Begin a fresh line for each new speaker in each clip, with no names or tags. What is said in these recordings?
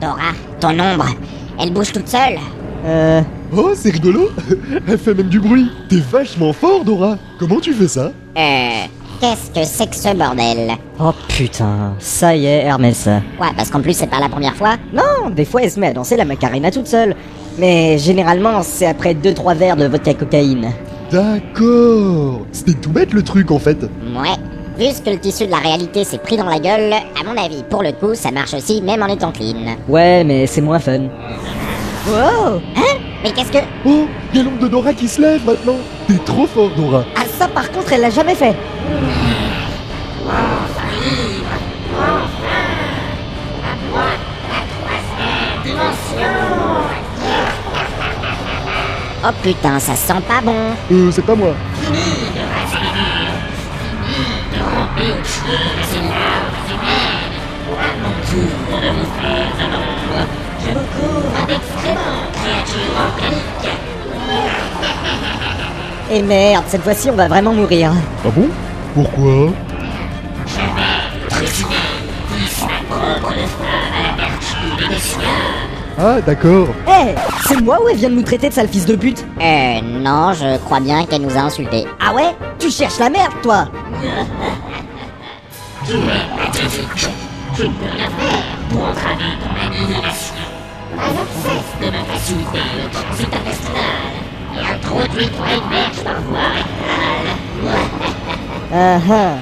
Dora, ton ombre, elle bouge toute seule.
Euh.
Oh, c'est rigolo Elle fait même du bruit T'es vachement fort, Dora Comment tu fais ça
Euh, qu'est-ce que c'est que ce bordel
Oh putain, ça y est, Hermès.
Ouais, parce qu'en plus, c'est pas la première fois.
Non, des fois elle se met à danser la macarena toute seule. Mais généralement, c'est après 2-3 verres de vodka cocaïne.
D'accord C'était tout bête le truc en fait
Ouais. Vu ce que le tissu de la réalité s'est pris dans la gueule, à mon avis, pour le coup, ça marche aussi, même en étant clean.
Ouais, mais c'est moins fun. Wow
Hein? Mais qu'est-ce que...
Oh Il y a l'ombre de Dora qui se lève maintenant T'es trop fort, Dora
Ah ça par contre, elle l'a jamais fait
Oh putain, ça sent pas bon.
Euh, c'est pas moi
Et Eh merde, cette fois-ci, on va vraiment mourir.
Ah bon Pourquoi Ah, d'accord
Eh C'est moi ou elle vient de nous traiter de sale fils de pute
Euh, non, je crois bien qu'elle nous a insultés.
Ah ouais Tu cherches la merde, toi Ah ah.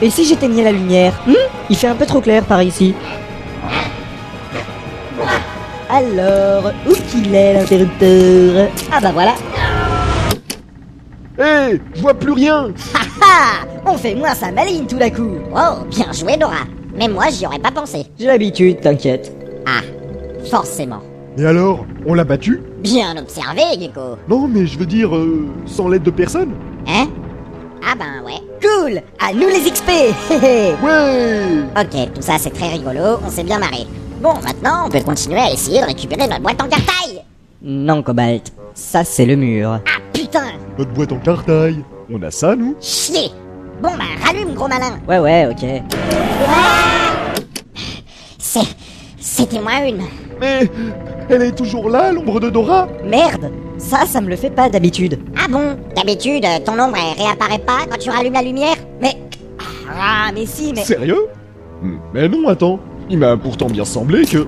Et si j'éteignais la lumière hmm Il fait un peu trop clair par ici. Alors, où qu'il est l'interrupteur Ah bah voilà
Hé Je vois plus rien
Ha ha On fait moins sa maligne tout d'un coup
Oh, bien joué, Dora. Mais moi, j'y aurais pas pensé.
J'ai l'habitude, t'inquiète.
Ah, forcément.
Et alors On l'a battu
Bien observé, Gecko.
Non, mais je veux dire, euh, sans l'aide de personne
Hein Ah ben ouais.
Cool À nous les XP Hé, hé.
Ouais
Ok, tout ça c'est très rigolo, on s'est bien marré. Bon, maintenant on peut continuer à essayer de récupérer notre boîte en cartaille
Non, Cobalt. Ça, c'est le mur.
Ah putain
Notre boîte en cartaille On a ça, nous
Chier Bon bah rallume gros malin
Ouais, ouais, ok.
C'est... c'était moins une
Mais elle est toujours là, l'ombre de Dora
Merde Ça, ça me le fait pas d'habitude.
Ah bon D'habitude, euh, ton ombre elle réapparaît pas quand tu rallumes la lumière
Mais... Ah, mais si, mais...
Sérieux Mais non, attends. Il m'a pourtant bien semblé que...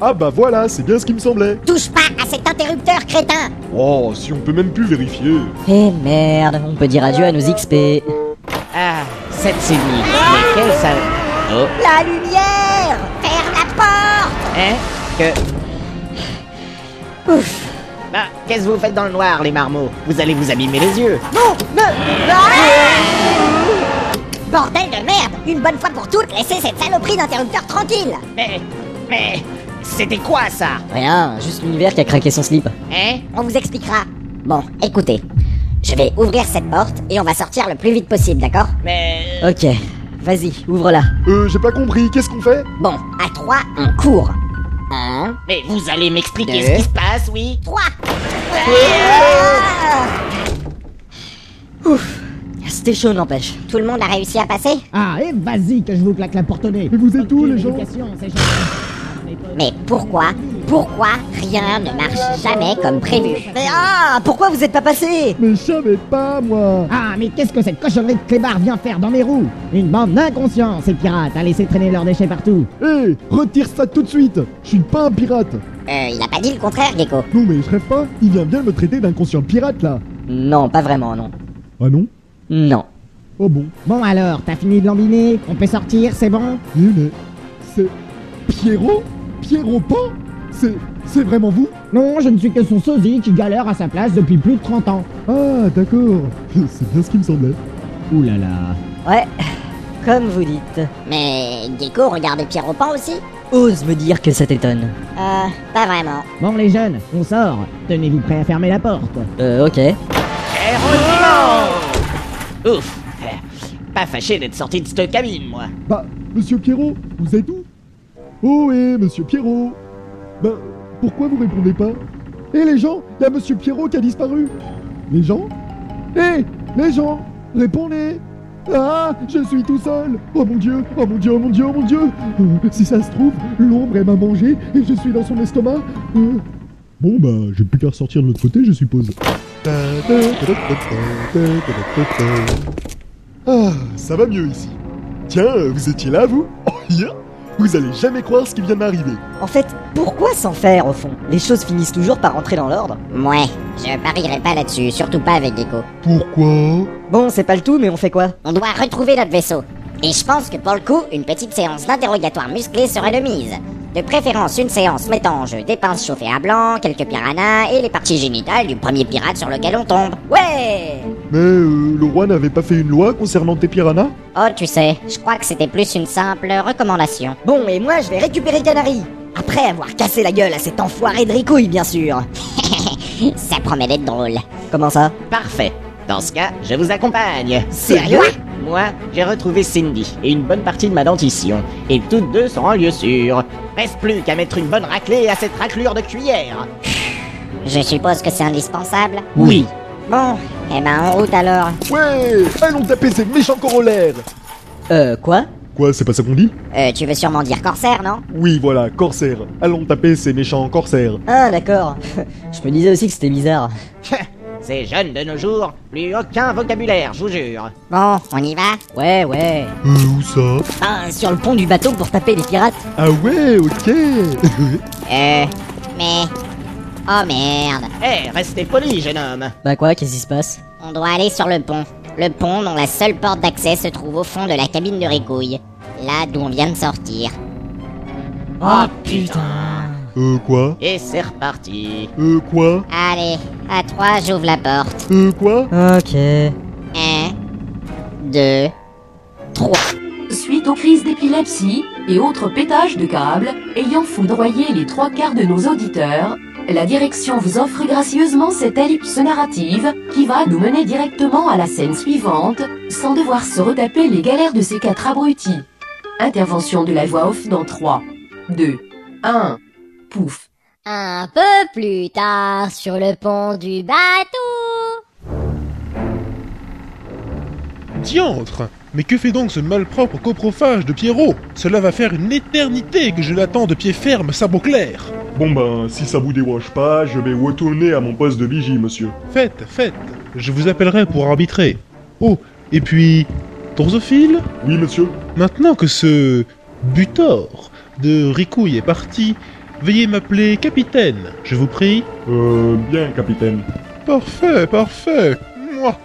Ah bah voilà, c'est bien ce qui me semblait.
Touche pas à cet interrupteur crétin
Oh, si on peut même plus vérifier.
Eh merde, on peut dire adieu à nos XP.
Ah, cette série, mais quelle sale... Oh,
La lumière Ferme la porte
hein Que... Ouf Bah, qu'est-ce que vous faites dans le noir, les marmots Vous allez vous abîmer les yeux
Non Ne... Ah Bordel de merde Une bonne fois pour toutes, laissez cette saloperie d'interrupteur tranquille
Mais... Mais... C'était quoi, ça
Rien, juste l'univers qui a craqué son slip.
Hein
On vous expliquera. Bon, écoutez. Je vais ouvrir cette porte et on va sortir le plus vite possible, d'accord
Mais... euh,
Ok, vas-y, ouvre-la.
Euh, j'ai pas compris, qu'est-ce qu'on fait
Bon, à trois, on court. Un,
Mais vous allez m'expliquer ce qui se passe, oui
trois
C'était chaud, n'empêche.
Tout le monde a réussi à passer
Ah, et vas-y que je vous claque la porte au nez
Mais vous êtes où, les gens
L'éducation, c'est gentil.
Mais pourquoi Pourquoi rien ne marche jamais comme prévu
Mais ah, pourquoi vous êtes pas passé
Mais je savais pas, moi
Ah, mais qu'est-ce que cette cochonnerie de clébard vient faire dans mes roues Une bande d'inconscients, ces pirates, à laisser traîner leurs déchets partout.
Hé Eh, Retire ça tout de suite Je suis pas un pirate
Euh, il a pas dit le contraire, Gecko.
Non mais je rêve pas, il vient bien de me traiter d'inconscient pirate, là
Non, pas vraiment, non.
Ah non
Non.
Oh bon
Bon alors, t'as fini de l'embiner On peut sortir, c'est bon
Eh, mais... C'est... Pierrot Pierrot Pan C'est... C'est vraiment vous
Non, je ne suis que son sosie qui galère à sa place depuis plus de 30 ans.
Ah, d'accord C'est bien ce qui me semblait.
Ouh là là.
Ouais, comme vous dites.
Mais Gecko regardait Pierre au pan aussi
Ose me dire que ça t'étonne.
Euh, pas vraiment.
Bon les jeunes, on sort. Tenez-vous prêts à fermer la porte.
Euh, ok.
Ouf Pas fâché d'être sorti de cette cabine, moi
Bah, monsieur Pierrot, vous êtes où Oh, hé, monsieur Pierrot Ben, pourquoi vous répondez pas Hé, les gens Il y a monsieur Pierrot qui a disparu Les gens Hé, les gens Eh, Répondez Ah, je suis tout seul Oh mon dieu, oh mon dieu, oh mon dieu, oh mon dieu Euh, Si ça se trouve, l'ombre, elle m'a mangé et je suis dans son estomac Euh, Bon bah, j'ai plus qu'à ressortir de l'autre côté, je suppose. Ah, ça va mieux ici. Tiens, euh, vous étiez là, vous Oh, yeah Vous allez jamais croire ce qui vient de m'arriver.
En fait, pourquoi s'en faire au fond Les choses finissent toujours par entrer dans l'ordre.
Mouais, je parierai pas là-dessus, surtout pas avec Gecko.
Pourquoi
Bon, c'est pas le tout, mais on fait quoi
On doit retrouver notre vaisseau. Et je pense que pour le coup, une petite séance d'interrogatoire musclé serait de mise. De préférence une séance mettant en jeu des pinces chauffées à blanc, quelques piranhas et les parties génitales du premier pirate sur lequel on tombe. Ouais
Mais euh, le roi n'avait pas fait une loi concernant tes piranhas
Oh, tu sais, je crois que c'était plus une simple recommandation.
Bon, et moi je vais récupérer Canary. Après avoir cassé la gueule à cet enfoiré de ricouille, bien sûr.
Ça promet d'être drôle.
Comment ça
Parfait. Dans ce cas, je vous accompagne.
Sérieux
Moi, j'ai retrouvé Cindy et une bonne partie de ma dentition. Et toutes deux sont en lieu sûr. Reste plus qu'à mettre une bonne raclée à cette raclure de cuillère.
Je suppose que c'est indispensable
Oui.
Bon, eh ben en route alors.
Ouais Allons taper ces méchants corollaires
Euh, quoi
Quoi, c'est pas ça qu'on dit
Euh, tu veux sûrement dire corsaire, non
Oui, voilà, corsaire. Allons taper ces méchants corsaires.
Ah, d'accord. je me disais aussi que c'était bizarre.
Ces jeunes de nos jours, plus aucun vocabulaire, je vous jure.
Bon, on y va
Ouais, ouais.
Euh, où ça
Ah, sur le pont du bateau pour taper les pirates.
Ah ouais, ok
Euh... Mais... Oh merde
Eh, restez poli, jeune homme.
Bah quoi, qu'est-ce qui se passe
On doit aller sur le pont. Le pont dont la seule porte d'accès se trouve au fond de la cabine de Ricouille. Là d'où on vient de sortir.
Oh putain
Euh, quoi
Et c'est reparti.
Euh, quoi
Allez, à trois, j'ouvre la porte.
Euh, quoi
Ok.
Un... Deux... Trois...
Suite aux crises d'épilepsie et autres pétages de câbles ayant foudroyé les trois quarts de nos auditeurs, la direction vous offre gracieusement cette ellipse narrative qui va nous mener directement à la scène suivante, sans devoir se retaper les galères de ces quatre abrutis. Intervention de la voix off dans 3, 2, 1. Pouf.
Un peu plus tard, sur le pont du bateau...
Diantre Mais que fait donc ce malpropre coprophage de Pierrot Cela va faire une éternité que je l'attends de pied ferme, sabot clair
Bon ben, si ça vous dérange pas, je vais retourner à mon poste de vigie, monsieur.
Faites, faites Je vous appellerai pour arbitrer. Oh, et puis... Torsophile
Oui, monsieur
Maintenant que ce... Butor de Ricouille est parti, veuillez m'appeler capitaine, je vous prie.
Euh, bien, capitaine.
Parfait, parfait Moi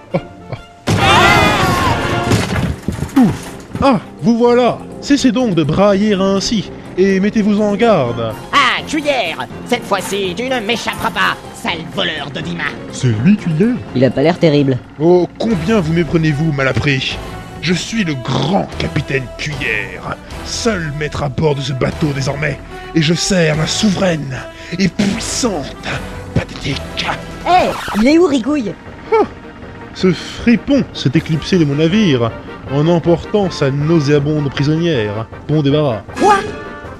Ouf Ah, vous voilà Cessez donc de brailler ainsi, et mettez-vous en garde
Ah, cuillère Cette fois-ci, tu ne m'échapperas pas, sale voleur de Dima.
C'est lui, cuillère
Il a pas l'air terrible.
Oh, combien vous méprenez-vous, malappris Je suis le grand capitaine Cuillère, seul maître à bord de ce bateau désormais, et je sers la souveraine et puissante pathétique.
Eh Il est où, Rigouille
Ce fripon s'est éclipsé de mon navire en emportant sa nauséabonde prisonnière. Bon débarras.
Quoi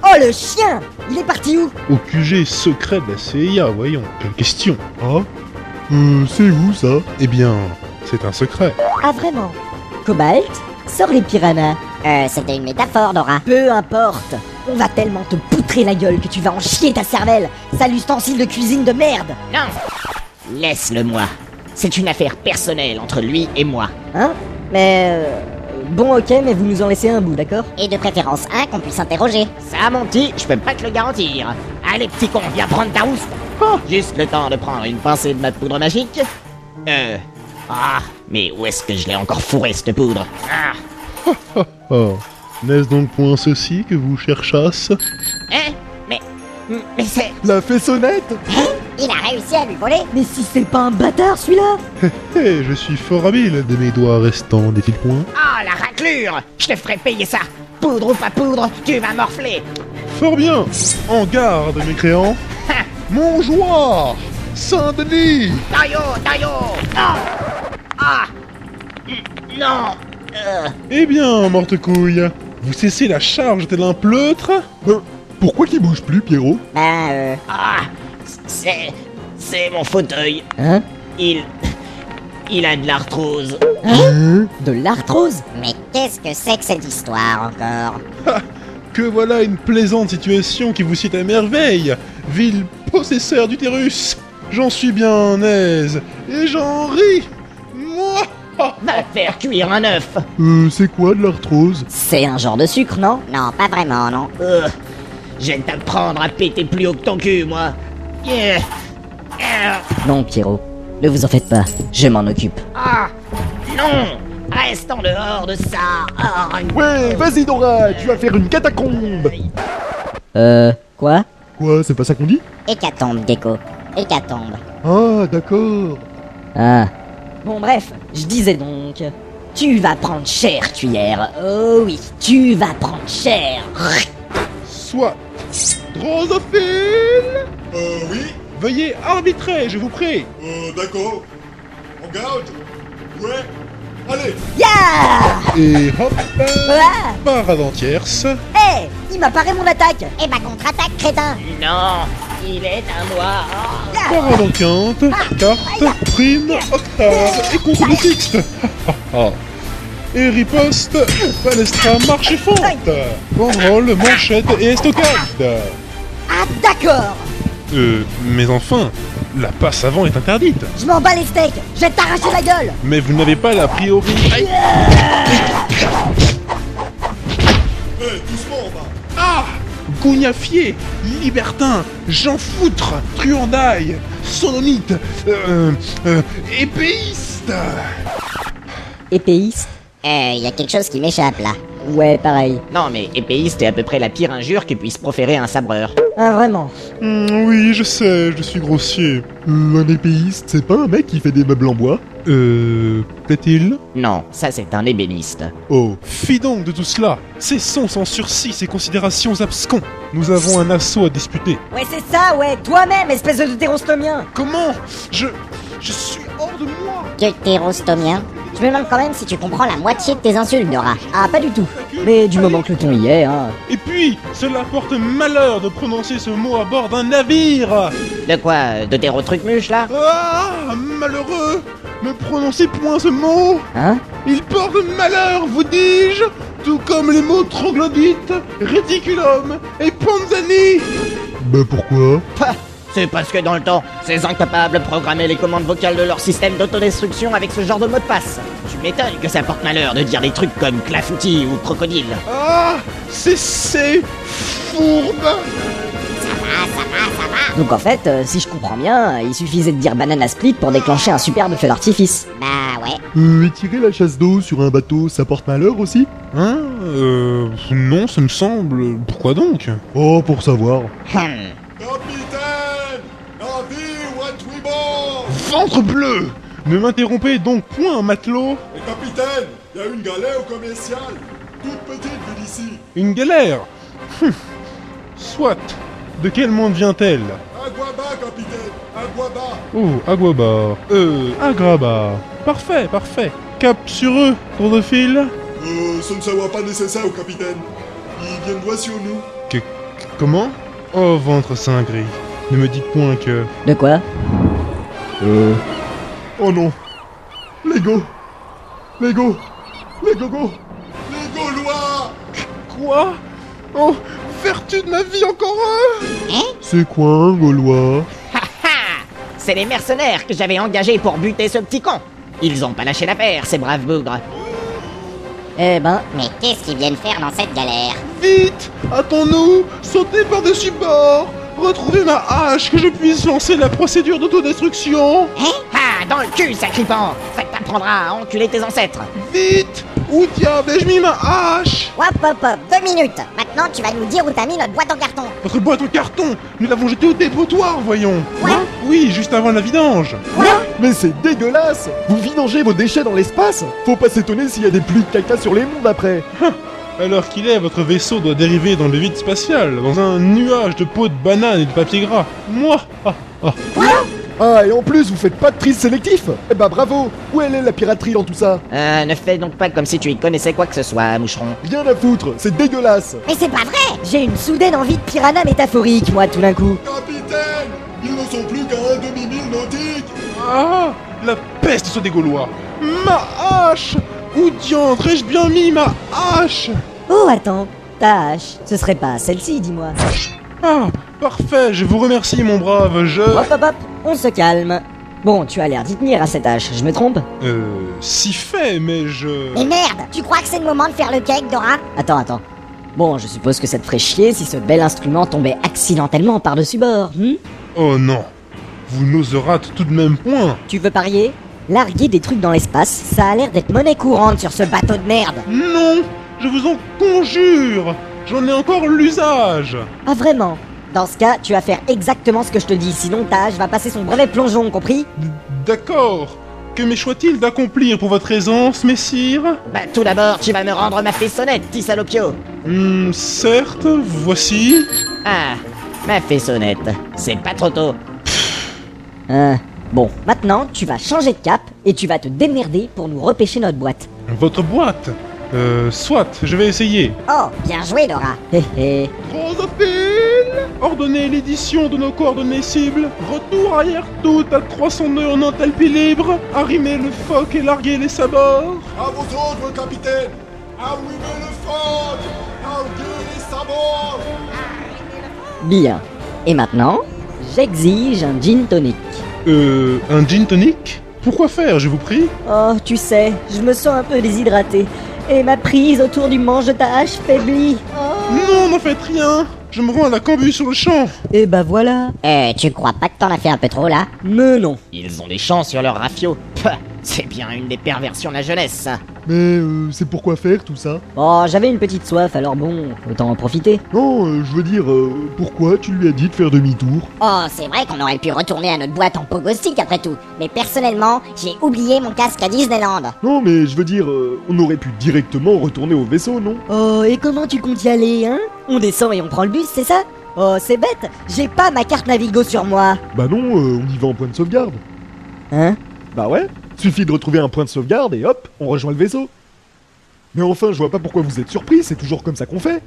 Oh le chien Il est parti où
Au QG secret de la CIA, voyons, quelle question.
Ah Euh, c'est où, ça
Eh bien, c'est un secret.
Ah vraiment Cobalt Sors les piranhas.
Euh, c'était une métaphore, Dora.
Peu importe. On va tellement te poutrer la gueule que tu vas en chier ta cervelle. Sale ustensile de cuisine de merde.
Non Laisse-le moi. C'est une affaire personnelle entre lui et moi.
Hein Mais... euh, Bon ok, mais vous nous en laissez un bout, d'accord
Et de préférence un qu'on puisse interroger.
Ça, mon petit, je peux pas te le garantir. Allez, petit con, viens prendre ta housse. Oh, juste le temps de prendre une pincée de ma poudre magique. Euh... Ah, mais où est-ce que je l'ai encore fourré, cette poudre Ah
Oh, n'est-ce donc point ceci que vous cherchasse
Hein Mais... Mais c'est...
La fessonnette
Il a réussi à lui voler
Mais si c'est pas un bâtard celui-là
Eh, je suis fort habile de mes doigts restants, n'est-il point
Ah, la raclure Je te ferai payer ça Poudre ou pas poudre, tu vas morfler
Fort bien En garde, mécréants Mon joie Saint-Denis
Tayo, Tayo Ah Ah N- Non Euh...
Eh bien, morte-couille, vous cessez la charge tel un pleutre Euh,
Ben, pourquoi qu'il bouge plus, Pierrot
Ben, euh...
Ah C'est... C'est mon fauteuil.
Hein
Il... Il a de l'arthrose.
De l'arthrose
Mais qu'est-ce que c'est que cette histoire encore
Que voilà une plaisante situation qui vous cite à merveille Ville possesseur d'utérus J'en suis bien aise et j'en ris Ah. Moi
Va faire cuire un œuf.
Euh, c'est quoi de l'arthrose
C'est un genre de sucre, non
Non, pas vraiment, non.
Euh, je vais t'apprendre à péter plus haut que ton cul, moi. Yeah. Yeah.
Non, Pierrot. Ne vous en faites pas, je m'en occupe.
Ah Non Reste en dehors de ça Ah,
Ouais, vas-y Dora, tu vas faire une catacombe
Euh, quoi
Quoi, c'est pas ça qu'on dit
Hécatombe, Gecko. Hécatombe.
Ah, d'accord.
Ah. Bon, bref, je disais donc. Tu vas prendre cher, tuyère. Oh oui, tu vas prendre cher.
Soit Drosophile
Euh, oui,
Veuillez arbitrer, je vous prie
euh, d'accord. On garde Ouais. Allez,
Et hop Par avant-tierce
Hé Il m'apparaît mon attaque
Eh bah, contre-attaque, crétin
Non Il est à moi
Par avant quinte, carte, prime, octave et contre de sixte Ah, ah. Et riposte, balestra, marche et fente Banderole, manchette et estocade
Ah d'accord
Euh, mais enfin, la passe avant est interdite
Je m'en bats les steaks Je vais t'arracher la gueule
Mais vous n'avez pas la priori... Aïe.
eh, doucement, va.
Ah Gougnafier, libertin, Jean Foutre, truandaille, sononite, euh, euh, épéiste
Épéiste
Euh, y a quelque chose qui m'échappe, là.
Ouais, pareil.
Non mais épéiste est à peu près la pire injure que puisse proférer un sabreur.
Ah vraiment
Hmm, Oui, je sais, je suis grossier.
Euh, un épéiste, c'est pas un mec qui fait des meubles en bois
Euh... Plaît-il
Non, ça c'est un ébéniste.
Oh, fi donc de tout cela Cessons sans sursis ces considérations abscons Nous avons un assaut à disputer.
Ouais, c'est ça, ouais Toi-même, espèce de térostomien
Comment Je... Je suis hors de moi
Deutérostomien. Je me demande quand même si tu comprends la moitié de tes insultes, Nora.
Ah, pas du tout Mais du moment que le ton y est, hein...
Et puis, cela porte malheur de prononcer ce mot à bord d'un navire
De quoi euh, De tes trucmuches là
Ah Malheureux Ne prononcez point ce mot
Hein
Il porte malheur, vous dis-je Tout comme les mots troglodyte, ridiculum et panzani
Bah pourquoi
C'est parce que dans le temps, ces incapables programmaient les commandes vocales de leur système d'autodestruction avec ce genre de mot de passe. Tu m'étonnes que ça porte malheur de dire des trucs comme clafoutis ou crocodile.
Ah C'est ces fourbes
Donc en fait, euh, si je comprends bien, il suffisait de dire banana split pour déclencher un superbe feu d'artifice.
Bah ouais.
Euh, étirer la chasse d'eau sur un bateau, ça porte malheur aussi
Hein Euh... Non, ça me semble... Pourquoi donc
Oh, pour savoir.
Hum.
Capitaine Navire à tribord
Ventre bleu Ne m'interrompez donc point, matelot
Et capitaine, il y a une galère commerciale Toute petite vue d'ici
Une galère Hum. Soit De quel monde vient-elle
Aguaba, capitaine Aguaba
Oh, Aguaba. Euh, Agraba. Parfait, parfait. Cap sur eux, tour de fil.
Euh, ce ne sera pas nécessaire, capitaine. Ils viendront sur nous.
Que, comment Oh, ventre saint gris. Ne me dites point que...
De quoi
Euh... Oh non Lego Lego Lego go
Les Gaulois
Quoi Oh, vertu de ma vie encore hein? un
C'est quoi un Gaulois
Ha C'est les mercenaires que j'avais engagés pour buter ce petit con. Ils ont pas lâché l'affaire, ces braves bougres.
Eh ben,
Mais qu'est-ce qu'ils viennent faire dans cette galère
Vite Hâtons-nous Sautez par-dessus bord Retrouvez ma hache que je puisse lancer la procédure d'autodestruction
Ah, dans le cul, sacripant Ça t'apprendra à enculer tes ancêtres
Vite Où diable ai-je mis ma hache
Hop hop hop, deux minutes Maintenant, tu vas nous dire où t'as mis notre boîte en carton.
Votre boîte en carton Nous l'avons jetée au dépotoir, voyons
Hein
Oui, juste avant la vidange
Mais c'est dégueulasse Vous vidangez vos déchets dans l'espace Faut pas s'étonner s'il y a des pluies de caca sur les mondes après
Alors qu'il est, votre vaisseau doit dériver dans le vide spatial, dans un nuage de peau de banane et de papier gras. Moi ah, ah.
Ah, et en plus, vous faites pas de tri sélectif Eh bah bravo Où elle est la piraterie dans tout ça
Euh, ne fais donc pas comme si tu y connaissais quoi que ce soit, moucheron.
Rien à foutre, c'est dégueulasse
Mais c'est pas vrai
j'ai une soudaine envie de piranha métaphorique, moi, tout d'un coup.
Capitaine Ils ne sont plus qu'à un demi-mille nautique
Ah La peste soit des Gaulois Ma hache Où diantre ai-je bien mis ma hache
Oh, attends, ta hache, ce serait pas celle-ci, dis-moi.
Ah, parfait, je vous remercie, mon brave, je...
Hop, hop, hop, on se calme. Bon, tu as l'air d'y tenir à cette hache, je me trompe
Euh... Si fait, mais je...
Mais merde, tu crois que c'est le moment de faire le cake, Dora
Attends, attends. Bon, je suppose que ça te ferait chier si ce bel instrument tombait accidentellement par-dessus bord, hmm
Oh non Vous n'oserez tout de même point
Tu veux parier Larguer des trucs dans l'espace, ça a l'air d'être monnaie courante sur ce bateau de merde.
Non Je vous en conjure J'en ai encore l'usage
Ah vraiment Dans ce cas, tu vas faire exactement ce que je te dis, sinon ta hache va passer son brevet plongeon, compris
D- D'accord Que me soit-il d'accomplir pour votre aisance, messire
Bah tout d'abord, tu vas me rendre ma fessonnette, petit salopio
Hmm, certes, voici...
Ah, ma fessonnette, c'est pas trop tôt.
Hein. Bon, maintenant, tu vas changer de cap et tu vas te démerder pour nous repêcher notre boîte.
Votre boîte Euh, soit, je vais essayer.
Oh, bien joué, Dora.
Hé hé.
Drosophile Ordonnez l'édition de nos coordonnées cibles. Retour arrière tout à 300 nœuds en entalpie libre. Arrimez le phoque et larguez les sabords.
À vos ordres, capitaine Arrivez le fort Arguez les sabots
Bien. Et maintenant, j'exige un gin tonic.
Euh, un gin tonic Pourquoi faire, je vous prie
Oh, tu sais, je me sens un peu déshydraté. Et ma prise autour du manche de ta hache faiblit.
Non, n'en faites rien Je me rends à la cambu sur le champ
Et bah voilà.
Euh, tu crois pas que t'en as fait un peu trop, là
Mais non.
Ils ont des champs sur leur rafio. Pah, C'est bien une des perversions de la jeunesse, ça.
Mais euh, c'est pourquoi faire tout ça
Oh, j'avais une petite soif, alors bon, autant en profiter.
Non, euh, je veux dire, euh, pourquoi tu lui as dit de faire demi-tour
Oh, c'est vrai qu'on aurait pu retourner à notre boîte en pogostique après tout. Mais personnellement, j'ai oublié mon casque à Disneyland.
Non, mais je veux dire, euh, on aurait pu directement retourner au vaisseau, non
Oh, et comment tu comptes y aller, hein On descend et on prend le bus, c'est ça Oh, c'est bête, j'ai pas ma carte Navigo sur moi.
Bah non, euh, on y va en point de sauvegarde.
Hein
Bah ouais, suffit de retrouver un point de sauvegarde et hop, on rejoint le vaisseau. Mais enfin, je vois pas pourquoi vous êtes surpris, c'est toujours comme ça qu'on fait.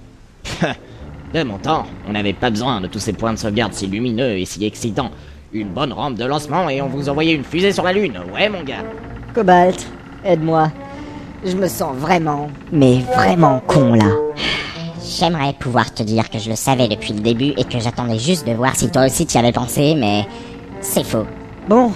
De mon temps, on n'avait pas besoin de tous ces points de sauvegarde si lumineux et si excitants. Une bonne rampe de lancement et on vous envoyait une fusée sur la lune. Ouais, mon gars.
Cobalt, aide-moi. Je me sens vraiment, mais vraiment con là.
J'aimerais pouvoir te dire que je le savais depuis le début et que j'attendais juste de voir si toi aussi t'y avais pensé, mais c'est faux.
Bon,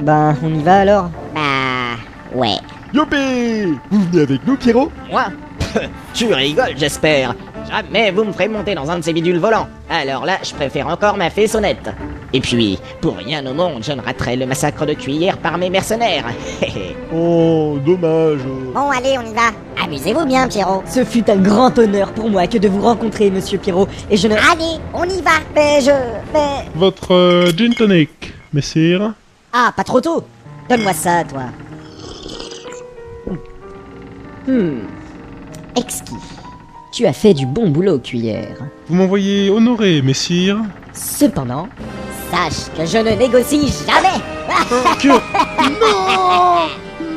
ben on y va alors.
Bah, ouais.
Yopé Vous venez avec nous, Pierrot
Moi Pah, Tu rigoles, j'espère. Jamais vous me ferez monter dans un de ces bidules volants. Alors là, je préfère encore ma fessonnette. Et puis, pour rien au monde, je ne raterai le massacre de cuillère par mes mercenaires. Hé, hé.
Oh, dommage. euh.
Bon, allez, on y va. Amusez-vous bien, Pierrot.
Ce fut un grand honneur pour moi que de vous rencontrer, monsieur Pierrot, et je ne.
Allez, on y va. Mais je... Mais...
Votre euh, gin tonic, messire
Ah, pas trop tôt Donne-moi ça, toi. Hmm. Exquis. Tu as fait du bon boulot, cuillère.
Vous m'envoyez honoré, messire
Cependant,
Sache que je ne négocie jamais.
Que... Non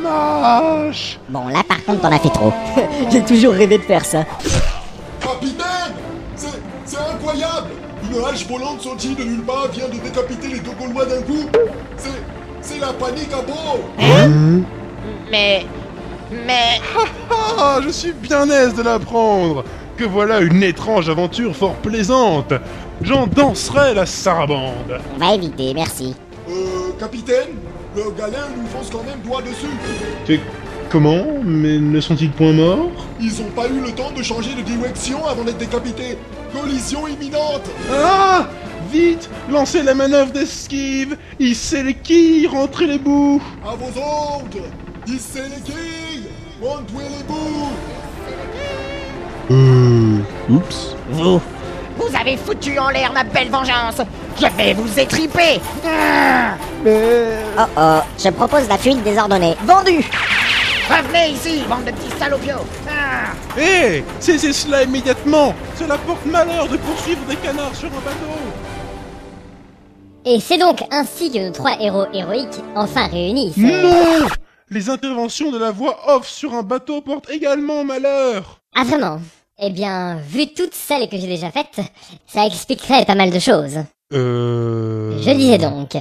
Mâche
Bon, là, par contre, t'en as fait trop.
j'ai toujours rêvé de faire ça.
Capitaine C'est c'est incroyable Une hache volante sortie de nulle part vient de décapiter les deux Gaulois d'un coup C'est... c'est la panique à bord
Mm. Mais. Mais.
Ah, je suis bien aise de l'apprendre Que voilà une étrange aventure fort plaisante J'en danserai la sarabande
On va éviter, merci.
Euh, capitaine Le galère nous fonce quand même droit dessus
Que- Comment Mais ne sont-ils point morts
Ils ont pas eu le temps de changer de direction avant d'être décapités Collision imminente
Ah Vite Lancez la manœuvre d'esquive Hissez les quilles, rentrez les bouts
À vos ordres Dissez les quilles Montrez les bouts
Euh... Oups.
Vous Vous avez foutu en l'air ma belle vengeance Je vais vous étriper
Oh oh, je propose la fuite désordonnée.
Vendu
Revenez ici, bande de petits salopios
Hé Cessez cela Eh, immédiatement Cela porte malheur de poursuivre des canards sur un bateau
Et c'est donc ainsi que nos trois héros héroïques, enfin réunis, se-
Mm.
Non Les interventions de la voix off sur un bateau portent également malheur
Ah vraiment Eh bien, vu toutes celles que j'ai déjà faites, ça expliquerait pas mal de choses.
Euh...
Je disais donc,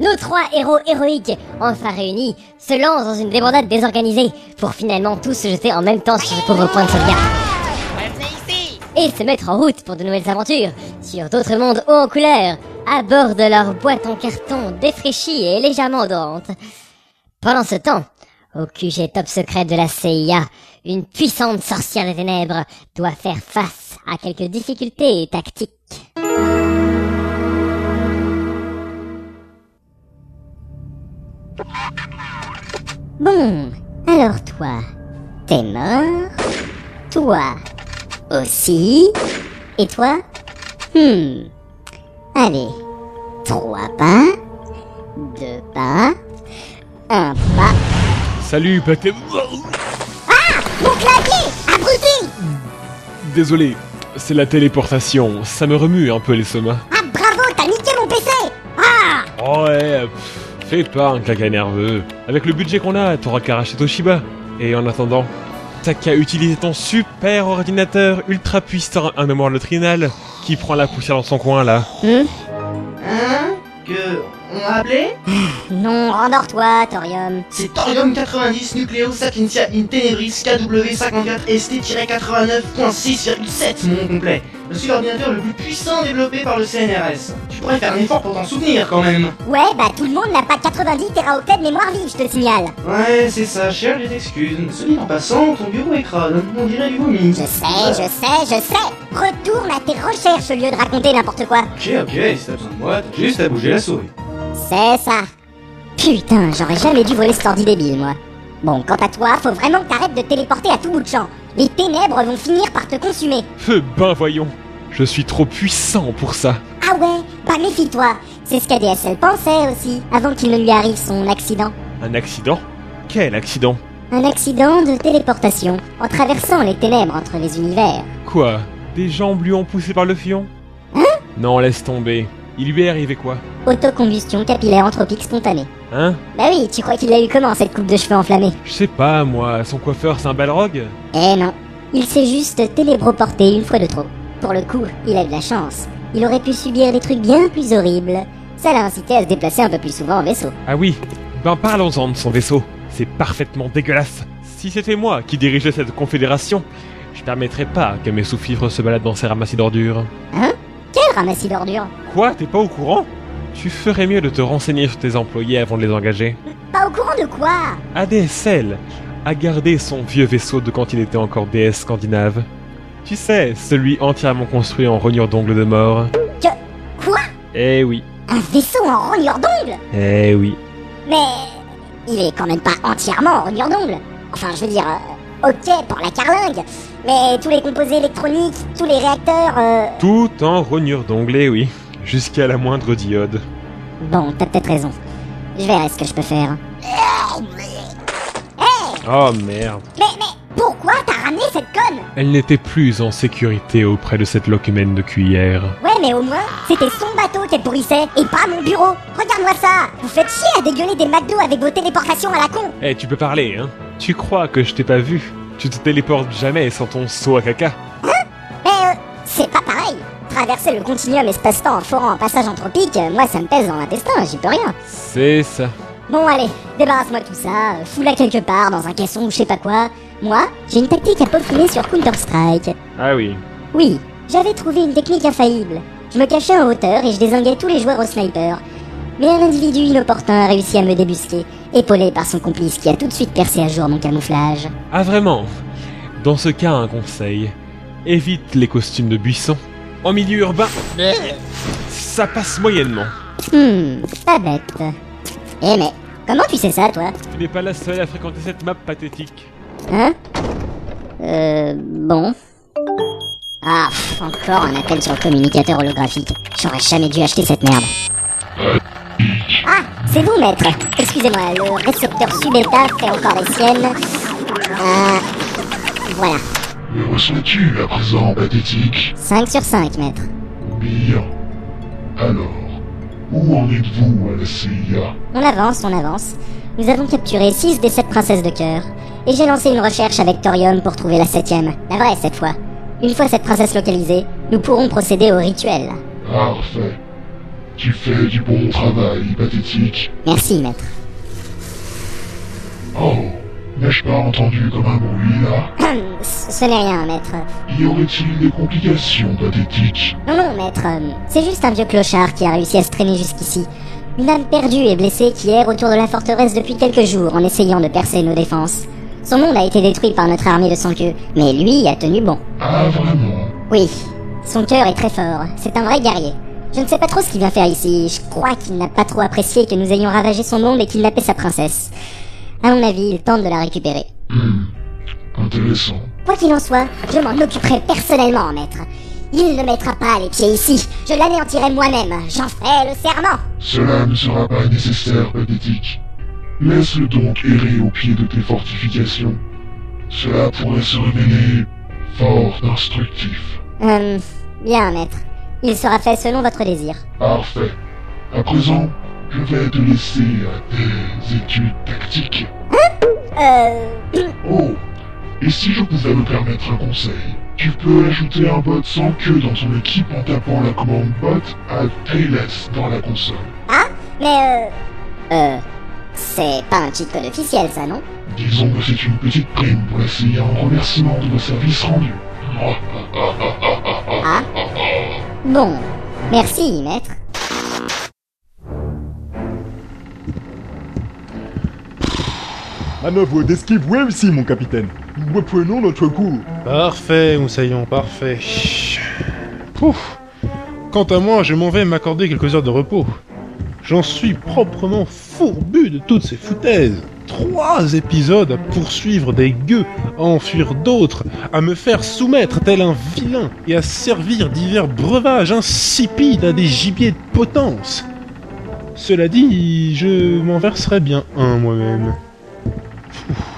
nos trois héros héroïques, enfin réunis, se lancent dans une débandade désorganisée pour finalement tous se jeter en même temps sur ce pauvre point de sauvegarde et se mettre en route pour de nouvelles aventures sur d'autres mondes hauts en couleur à bord de leur boîte en carton défraîchie et légèrement odorante. Pendant ce temps, au QG top secret de la CIA, une puissante sorcière des ténèbres doit faire face à quelques difficultés tactiques. Bon, alors toi, t'es mort Toi aussi Et toi Hmm. Allez, trois pas, deux pas, un pas.
Salut, Pacte.
Mon clavier Abruti
Désolé, c'est la téléportation. Ça me remue un peu les semas.
Ah bravo, t'as niqué mon PC Ah
Oh ouais, pff, fais pas un caca nerveux. Avec le budget qu'on a, t'auras qu'à racheter Toshiba. Et en attendant, t'as qu'à utiliser ton super ordinateur ultra puissant à mémoire neutrinale qui prend la poussière dans son coin là.
Hein Que. On a appelé
Non, rendors-toi, Thorium.
C'est Thorium 90 Nucleo Sapientia in Tenebris KW54ST-89.6,7, mon nom complet. Le superordinateur le plus puissant développé par le CNRS. Tu pourrais faire un effort pour t'en souvenir quand même.
Ouais, bah tout le monde n'a pas 90 teraoctets de mémoire vive, je te le signale.
Ouais, c'est ça, cher les excuses. Ce dit en passant, ton bureau est crade. On dirait du vomi.
Je sais, je sais, je sais. Retourne à tes recherches au lieu de raconter n'importe quoi.
Ok, ok, si t'as besoin de moi, t'as juste à bouger la souris.
C'est ça. Putain, j'aurais jamais dû voler ce ordi débile, moi. Bon, quant à toi, faut vraiment que t'arrêtes de téléporter à tout bout de champ. Les ténèbres vont finir par te consumer.
Eh ben voyons, je suis trop puissant pour ça.
Ah ouais Bah méfie-toi. C'est ce qu'ADSL pensait aussi, avant qu'il ne lui arrive son accident.
Un accident Quel accident
Un accident de téléportation, en traversant les ténèbres entre les univers.
Quoi Des jambes lui ont poussé par le fion Non, laisse tomber. Il lui est arrivé quoi
Autocombustion capillaire anthropique spontanée.
Hein
Bah oui, tu crois qu'il a eu comment cette coupe de cheveux enflammée
Je sais pas, moi, son coiffeur c'est un balrog
Eh non, il s'est juste télébroporté une fois de trop. Pour le coup, il a eu de la chance. Il aurait pu subir des trucs bien plus horribles. Ça l'a incité à se déplacer un peu plus souvent en vaisseau.
Ah oui, ben parlons-en de son vaisseau. C'est parfaitement dégueulasse. Si c'était moi qui dirigeais cette confédération, je permettrais pas que mes sous-fifres se baladent dans ces ramassis d'ordures.
Quel ramassis d'ordures
Quoi T'es pas au courant Tu ferais mieux de te renseigner sur tes employés avant de les engager.
Pas au courant de quoi
ADSL a gardé son vieux vaisseau de quand il était encore DS scandinave. Tu sais, celui entièrement construit en rognure d'ongles de mort.
Que- quoi
Eh oui,
Un vaisseau en rognure d'ongle
eh oui.
Mais il est quand même pas entièrement en rognure d'ongle. Enfin, je veux dire, euh, ok pour la carlingue, mais tous les composés électroniques, tous les réacteurs... euh,
Tout en rognure d'ongles, eh oui. Jusqu'à la moindre diode.
Bon, t'as peut-être raison. Je verrai ce que je peux faire.
Oh merde.
Mais, mais, pourquoi t'as ramené cette conne
Elle n'était plus en sécurité auprès de cette loque humaine de cuillère.
Ouais, mais au moins, c'était son bateau qu'elle pourrissait, et pas mon bureau. Regarde-moi ça Vous faites chier à dégueuler des McDo avec vos téléportations à la con
Eh, tu peux parler, hein Tu crois que je t'ai pas vu Tu te téléportes jamais sans ton seau à caca.
Mais, euh, c'est pas pareil Traverser le continuum espace-temps en forant un passage anthropique, euh, moi, ça me pèse dans l'intestin, j'y peux rien.
C'est ça.
Bon, allez, débarrasse-moi de tout ça, euh, fous-la quelque part, dans un caisson ou je sais pas quoi. Moi, j'ai une tactique à peaufiner sur Counter-Strike.
Ah oui.
Oui, j'avais trouvé une technique infaillible. Je me cachais en hauteur et je désinguais tous les joueurs au sniper. Mais un individu inopportun a réussi à me débusquer, épaulé par son complice qui a tout de suite percé à jour mon camouflage.
Ah vraiment Dans ce cas, un conseil. Évite les costumes de buisson. En milieu urbain, ça passe moyennement.
Hmm, pas bête. Eh mais, comment tu sais ça, toi
Tu n'es pas la seule à fréquenter cette map pathétique.
Hein Euh, bon. Ah, pff, encore un appel sur le communicateur holographique. J'aurais jamais dû acheter cette merde. Ah, c'est vous, maître. Excusez-moi, le récepteur sub-état fait encore les siennes. Euh, voilà.
Me ressens-tu à présent pathétique
5 sur 5, maître.
Bien. Alors, où en êtes-vous à la CIA
On avance, on avance. Nous avons capturé 6 des 7 princesses de cœur. Et j'ai lancé une recherche avec Thorium pour trouver la septième. La vraie, cette fois. Une fois cette princesse localisée, nous pourrons procéder au rituel.
Parfait.
Tu fais du bon travail, pathétique.
Merci, maître.
Oh, n'ai-je pas entendu comme un bruit là
Ce ce n'est rien, maître.
Y aurait-il des complications, pathétique
Non, non, maître. euh, C'est juste un vieux clochard qui a réussi à se traîner jusqu'ici. Une âme perdue et blessée qui erre autour de la forteresse depuis quelques jours en essayant de percer nos défenses. Son monde a été détruit par notre armée de sang queue, mais lui a tenu bon.
Ah, vraiment
Oui, son cœur est très fort. C'est un vrai guerrier. Je ne sais pas trop ce qu'il vient faire ici. Je crois qu'il n'a pas trop apprécié que nous ayons ravagé son monde et kidnappé sa princesse. À mon avis, il tente de la récupérer.
Intéressant.
Quoi qu'il en soit, je m'en occuperai personnellement, maître. Il ne mettra pas les pieds ici. Je l'anéantirai moi-même. J'en ferai le serment.
Cela ne sera pas nécessaire, pathétique. Laisse-le donc errer au pied de tes fortifications. Cela pourrait se révéler fort instructif.
Hum, bien, maître. Il sera fait selon votre désir.
Parfait. À présent, je vais te laisser à tes études tactiques.
Euh...
Oh, et si je pouvais me permettre un conseil Tu peux ajouter un bot sans queue dans ton équipe en tapant la commande bot à Tailless dans la console.
Ah Mais euh... Euh... C'est pas un cheat code officiel, ça, non
Disons que c'est une petite prime pour essayer en remerciement de nos services rendus.
Ah Bon. Merci, maître.
Manœuvre d'esquive réussie, mon capitaine. Nous reprenons notre cours.
Parfait, Moussaillon, parfait. Pouf Quant à moi, je m'en vais m'accorder quelques heures de repos. J'en suis proprement fourbu de toutes ces foutaises. Trois épisodes à poursuivre des gueux, à en fuir d'autres, à me faire soumettre tel un vilain et à servir divers breuvages insipides à des gibiers de potence. Cela dit, je m'en verserais bien un moi-même. Pouf.